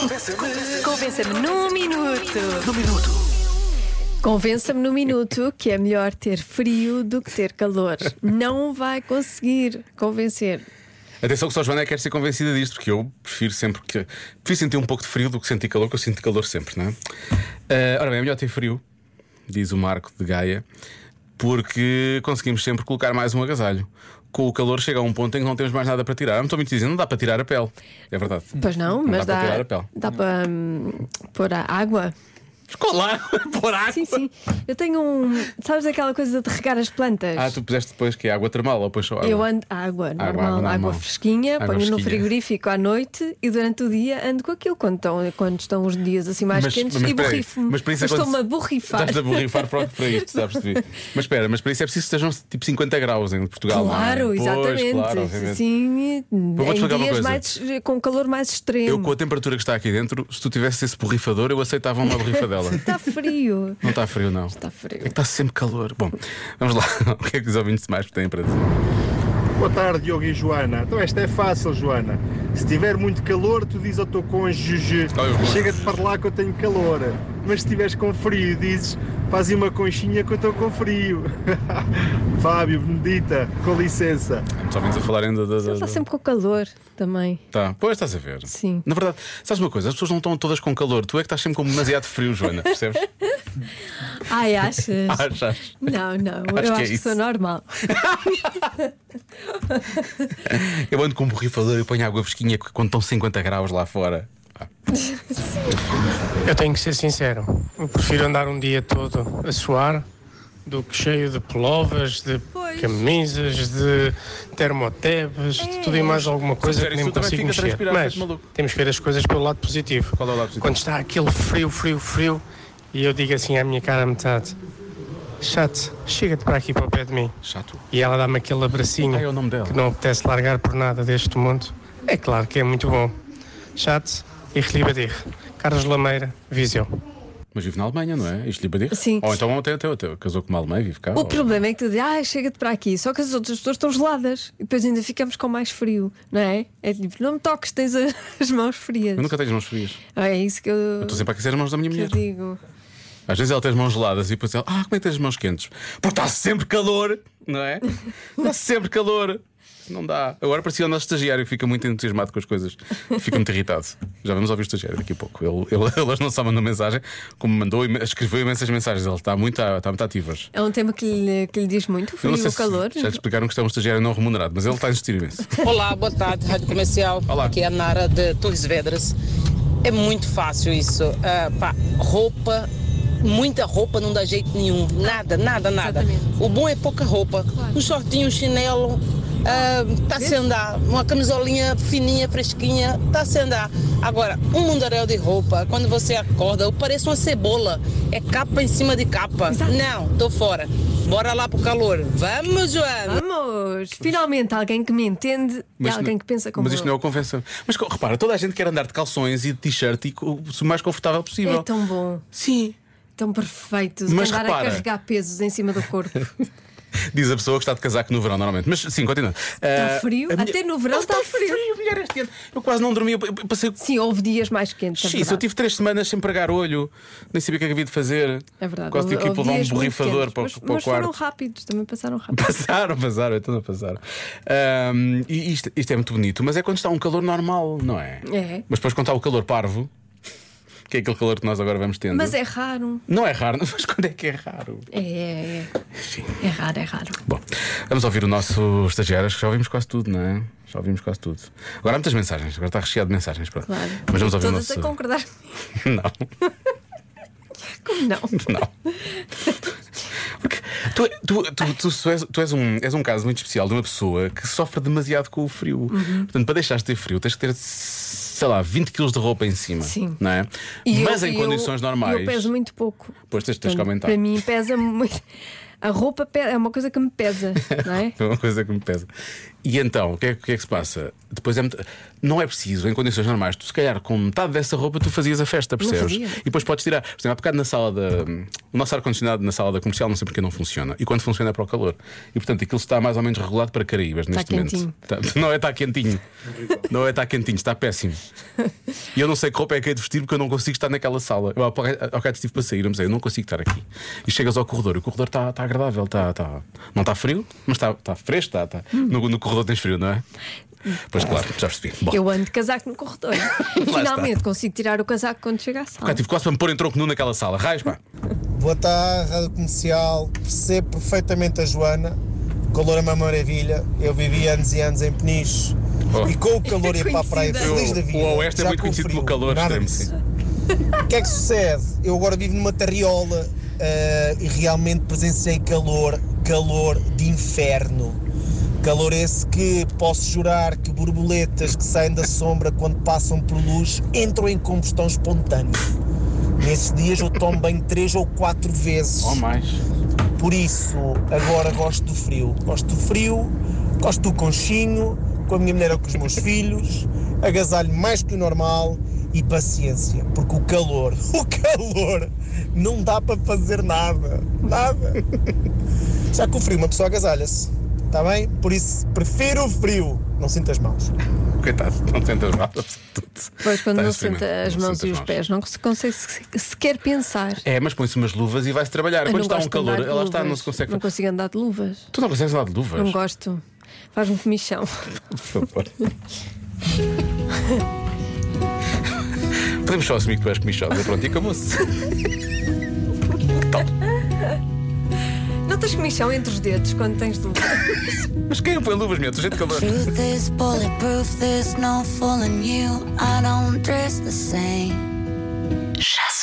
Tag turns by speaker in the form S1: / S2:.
S1: Convença-me. Convença-me num minuto. Num minuto.
S2: Convença-me no minuto que é melhor ter frio do que ter calor. Não vai conseguir convencer.
S3: Atenção que só a Joana é que quer ser convencida disto, porque eu prefiro sempre que. Prefiro sentir um pouco de frio do que sentir calor, que eu sinto calor sempre, não é? Ah, ora bem, é melhor ter frio, diz o Marco de Gaia, porque conseguimos sempre colocar mais um agasalho. Com o calor chega a um ponto em que não temos mais nada para tirar. Eu Estou muito dizendo, não dá para tirar a pele. É verdade.
S2: Pois não, mas
S3: dá para tirar
S2: dá,
S3: a pele.
S2: dá para hum, pôr a água.
S3: Escolar, por água.
S2: Sim, sim. Eu tenho um. Sabes aquela coisa de regar as plantas?
S3: Ah, tu puseste depois que é água termal ou depois só água?
S2: Eu ando água normal, água,
S3: normal.
S2: fresquinha,
S3: Água
S2: ponho no
S3: fresquinha.
S2: frigorífico à noite e durante o dia ando com aquilo quando estão, quando estão os dias assim mais
S3: Mas-
S2: quentes
S3: mas
S2: e
S3: peraí,
S2: borrifo-me.
S3: mas para isso é aconte-
S2: estou-me a borrifar.
S3: Estás a borrifar para, para isto, sabes? David? Mas espera, mas para isso é preciso que estejam tipo 50 graus em Portugal. não é?
S2: Claro,
S3: Pois,
S2: exatamente.
S3: Claro, obviamente.
S2: Sim,
S3: vou-te
S2: em
S3: explicar uma
S2: dias
S3: coisa.
S2: mais, com calor mais extremo.
S3: Eu, com a temperatura que está aqui dentro, se tu tivesse esse borrifador, eu aceitava uma borrifadela.
S2: Está frio.
S3: Não está frio, não.
S2: Está
S3: É que
S2: frio.
S3: está sempre calor. Bom, vamos lá. O que é que os ouvintes mais têm para dizer?
S4: Boa tarde, Diogo e Joana. Então esta é fácil, Joana. Se tiver muito calor, tu dizes ao teu cônjuge
S3: Ah, eu gosto.
S4: chega-te para lá que eu tenho calor. Mas se estiveres com frio, dizes faz aí uma conchinha que eu estou com frio. Fábio, Benedita, com licença.
S3: Os ouvintes a falarem da. da- da-
S2: Está sempre com calor também.
S3: Tá. Pois estás a ver.
S2: Sim.
S3: Na verdade, sabes uma coisa? As pessoas não estão todas com calor. Tu é que estás sempre com demasiado frio, Joana, percebes?
S2: Ai, achas?
S3: Achas?
S2: Não, não,
S3: Acho
S2: eu
S3: que é
S2: acho que
S3: isso.
S2: sou normal.
S3: Eu ando com um borrifador e ponho água fresquinha quando estão 50 graus lá fora. Ah,
S5: Eu tenho que ser sincero. Eu prefiro andar um dia todo a suar do que cheio de pullovers, de
S2: Pois.
S5: camisas, de termotebes, de tudo e mais alguma coisa
S3: fizer
S5: que nem
S3: isso,
S5: me
S3: também
S5: consigo
S3: fica a
S5: mexer.
S3: transpirar,
S5: Mas
S3: feito maluco.
S5: temos que ver as coisas pelo lado positivo.
S3: Qual é o lado positivo?
S5: Quando está aquele frio, frio, frio, e eu digo assim à minha cara a metade: chato, chega-te para aqui para o pé de mim.
S3: Chato.
S5: E ela dá-me aquele abracinho
S3: Ah, é o nome dela.
S5: que não apetece largar por nada deste mundo. É claro que é muito bom. Chat e Relibadir. Carlos Lameira, Viseu.
S3: Mas vive na Alemanha, não é? Isto lhe para
S2: Sim.
S3: Ou então até, até, até casou com uma alemã e vive cá.
S2: O
S3: ou-
S2: problema é que tu dizes, ah, chega-te para aqui, só que as outras pessoas estão geladas e depois ainda ficamos com mais frio, não é? É tipo, não me toques, tens a- as mãos frias.
S3: Eu nunca tenho as mãos frias.
S2: É isso que eu,
S3: Estou sempre a aquecer as mãos da minha
S2: que eu
S3: mulher.
S2: digo.
S3: Às vezes ela tem as mãos geladas e depois ela, ah, como é que tens as mãos quentes? Porque está sempre calor, não é? Está sempre calor. Não dá. Agora parecia o nosso estagiário que fica muito entusiasmado com as coisas. Fica muito irritado. Já vamos ouvir o estagiário daqui a pouco. Ele, ele, ele hoje não só mandou mensagem, como mandou, imen- escreveu imensas mensagens. Ele está muito, a- está muito ativas.
S2: É um tema que lhe, que lhe diz muito, o
S3: Eu
S2: frio
S3: não
S2: e
S3: sei
S2: o calor.
S3: Se já lhe explicaram que isto é um estagiário não remunerado, mas ele está a insistir imenso.
S6: Olá, boa tarde, Rádio Comercial.
S3: Olá.
S6: Aqui é a Nara de Torres Vedras. É muito fácil isso. Ah, pá, roupa, muita roupa não dá jeito nenhum. Nada, nada, nada.
S2: Exatamente.
S6: O bom é pouca roupa. Um shortinho, um chinelo, ah, tá se andar. Uma camisolinha fininha, fresquinha, tá se andar. Agora, um mundaréu de roupa, quando você acorda, eu pareço uma cebola. É capa em cima de capa.
S2: Exato.
S6: Não, tô fora. Bora lá pro calor. Vamos, Joana!
S2: Vamos! Finalmente alguém que me entende e alguém
S3: não-
S2: que pensa como
S3: Mas isto
S2: eu.
S3: não é o convenção. Mas co- repara, toda a gente quer andar de calções e de t-shirt e co- o mais confortável possível.
S2: É tão bom,
S3: Sim.
S2: tão perfeito, de
S3: Mas
S2: andar
S3: repara.
S2: a carregar pesos em cima do corpo.
S3: Diz a pessoa que está de casaco no verão, normalmente. Mas sim, continua. Ah,
S2: Está Tá frio? Até no verão está frio.
S3: tá mulher, este ano. Eu quase não dormi. Eu eu passei.
S2: Sim, houve dias mais quentes. é
S3: X, eu
S2: verdade.
S3: tive três semanas sem pregar olho, nem sabia o que é que havia de fazer.
S2: É verdade.
S3: Quase tive que ir
S2: houve
S3: levar um
S2: dias muito quentes,
S3: borrifador para, o-
S2: mas,
S3: para
S2: mas
S3: o quarto.
S2: foram rápidos, também passaram rápido.
S3: Passaram, passaram, então não passaram. Ahm, e isto, isto é muito bonito, mas é quando está um calor normal, não é?
S2: É.
S3: Mas depois quando está o calor parvo, que é aquele calor que nós agora vamos tendo.
S2: Mas é raro.
S3: Não é raro, mas quando é que é raro?
S2: É, é, é. É raro, é raro.
S3: Bom, vamos ouvir o nosso estagiário, acho que já ouvimos quase tudo, não é? Já ouvimos quase tudo. Agora há muitas mensagens, agora está recheado de mensagens, pronto.
S2: Claro.
S3: Mas vamos ouvir o
S2: Todas
S3: nosso.
S2: a concordar.
S3: Não,
S2: Como não?
S3: não. Porque tu, tu, tu, tu, tu és, tu és, um, és um caso muito especial de uma pessoa que sofre demasiado com o frio.
S2: Uhum.
S3: Portanto, para deixares de ter frio, tens que ter, sei lá, 20 kg de roupa em cima.
S2: Sim.
S3: Não é?
S2: E
S3: Mas
S2: eu-
S3: em
S2: e
S3: condições
S2: eu,
S3: normais.
S2: Eu peso muito pouco.
S3: Pois tens, tens que
S2: Portanto,
S3: aumentar.
S2: Para mim pesa muito. A roupa pe- é uma coisa que me pesa, não é?
S3: É uma coisa que me pesa. E então, o que, é, o que é que se passa? Depois é muito- Não é preciso, em condições normais, tu se calhar com metade dessa roupa tu fazias a festa, percebes?
S2: fazia.
S3: E depois podes tirar. Por exemplo, há bocado na sala da. O nosso ar-condicionado na sala da comercial não sei porque não funciona. E quando funciona é para o calor. E portanto aquilo está mais ou menos regulado para Caraíbas neste
S2: quentinho.
S3: momento. Tá- não é está quentinho. não é está quentinho, está péssimo. E eu não sei que roupa é que é de vestir porque eu não consigo estar naquela sala. Eu há bocado há bocado estive para sair, mas é, eu não consigo estar aqui. E chegas ao corredor, e o corredor está está agradável, está, está- não está frio, mas está, está fresco, está, está.
S2: Hum.
S3: No, no corredor tens frio, não é? Pois claro, já percebi. Bom,
S2: Eu ando de casaco no corredor. Finalmente consigo tirar o casaco quando chego à
S3: Cá
S2: sala.
S3: tive quase para me pôr em tronco nu naquela sala. Raios, pá.
S7: Boa tarde, Rádio Comercial. Percebo perfeitamente a Joana. O calor é uma maravilha. Eu vivi anos e anos em Peniche.
S3: Oh.
S7: E com o calor ia para a praia
S2: Conhecida.
S7: feliz da vida.
S3: O Oeste é
S7: Já
S3: muito
S7: com
S3: conhecido
S7: frio,
S3: pelo calor
S7: nada
S3: extremo,
S7: disso.
S3: sim.
S7: O que é que sucede? Eu agora vivo numa terriola ah, e realmente presenciei calor, calor de inferno. Calor esse que posso jurar que borboletas que saem da sombra quando passam por luz entram em combustão espontânea. Nesses dias eu tomo banho três ou quatro vezes.
S3: mais.
S7: Por isso, agora gosto do frio. Gosto do frio, gosto do conchinho, com a minha mulher ou com os meus filhos, agasalho mais que o normal e paciência, porque o calor, o calor, não dá para fazer nada. Nada. Já com o frio, uma pessoa agasalha-se. Está bem? Por isso, prefiro o frio. Não sintas maus.
S3: Coitado, não tentas nada. tudo.
S2: Depois, quando
S3: Tá,
S2: não
S3: isso é
S2: senta
S3: mesmo,
S2: as
S3: não
S2: mãos
S3: senta
S2: e os
S3: as
S2: pés, não se consegue se- sequer pensar.
S3: É, mas põe-se umas luvas e vai-se trabalhar.
S2: Eu
S3: Quando
S2: não
S3: está
S2: gosto de
S3: um calor,
S2: andar de
S3: ela está, não
S2: luvas.
S3: se consegue.
S2: Não consigo andar de luvas.
S3: Tu não consegues andar de luvas?
S2: Não gosto. Faz-me comichão.
S3: Por favor. Podemos só assumir que tu és comichosa. Pronto, e acabou-se.
S2: Não tens comichão entre os dedos quando tens de luvas?
S3: Mas quem um põe luvas, meu? Tu gente que eu
S8: Truth is bulletproof, there's no fooling you. I don't dress the same.
S1: Já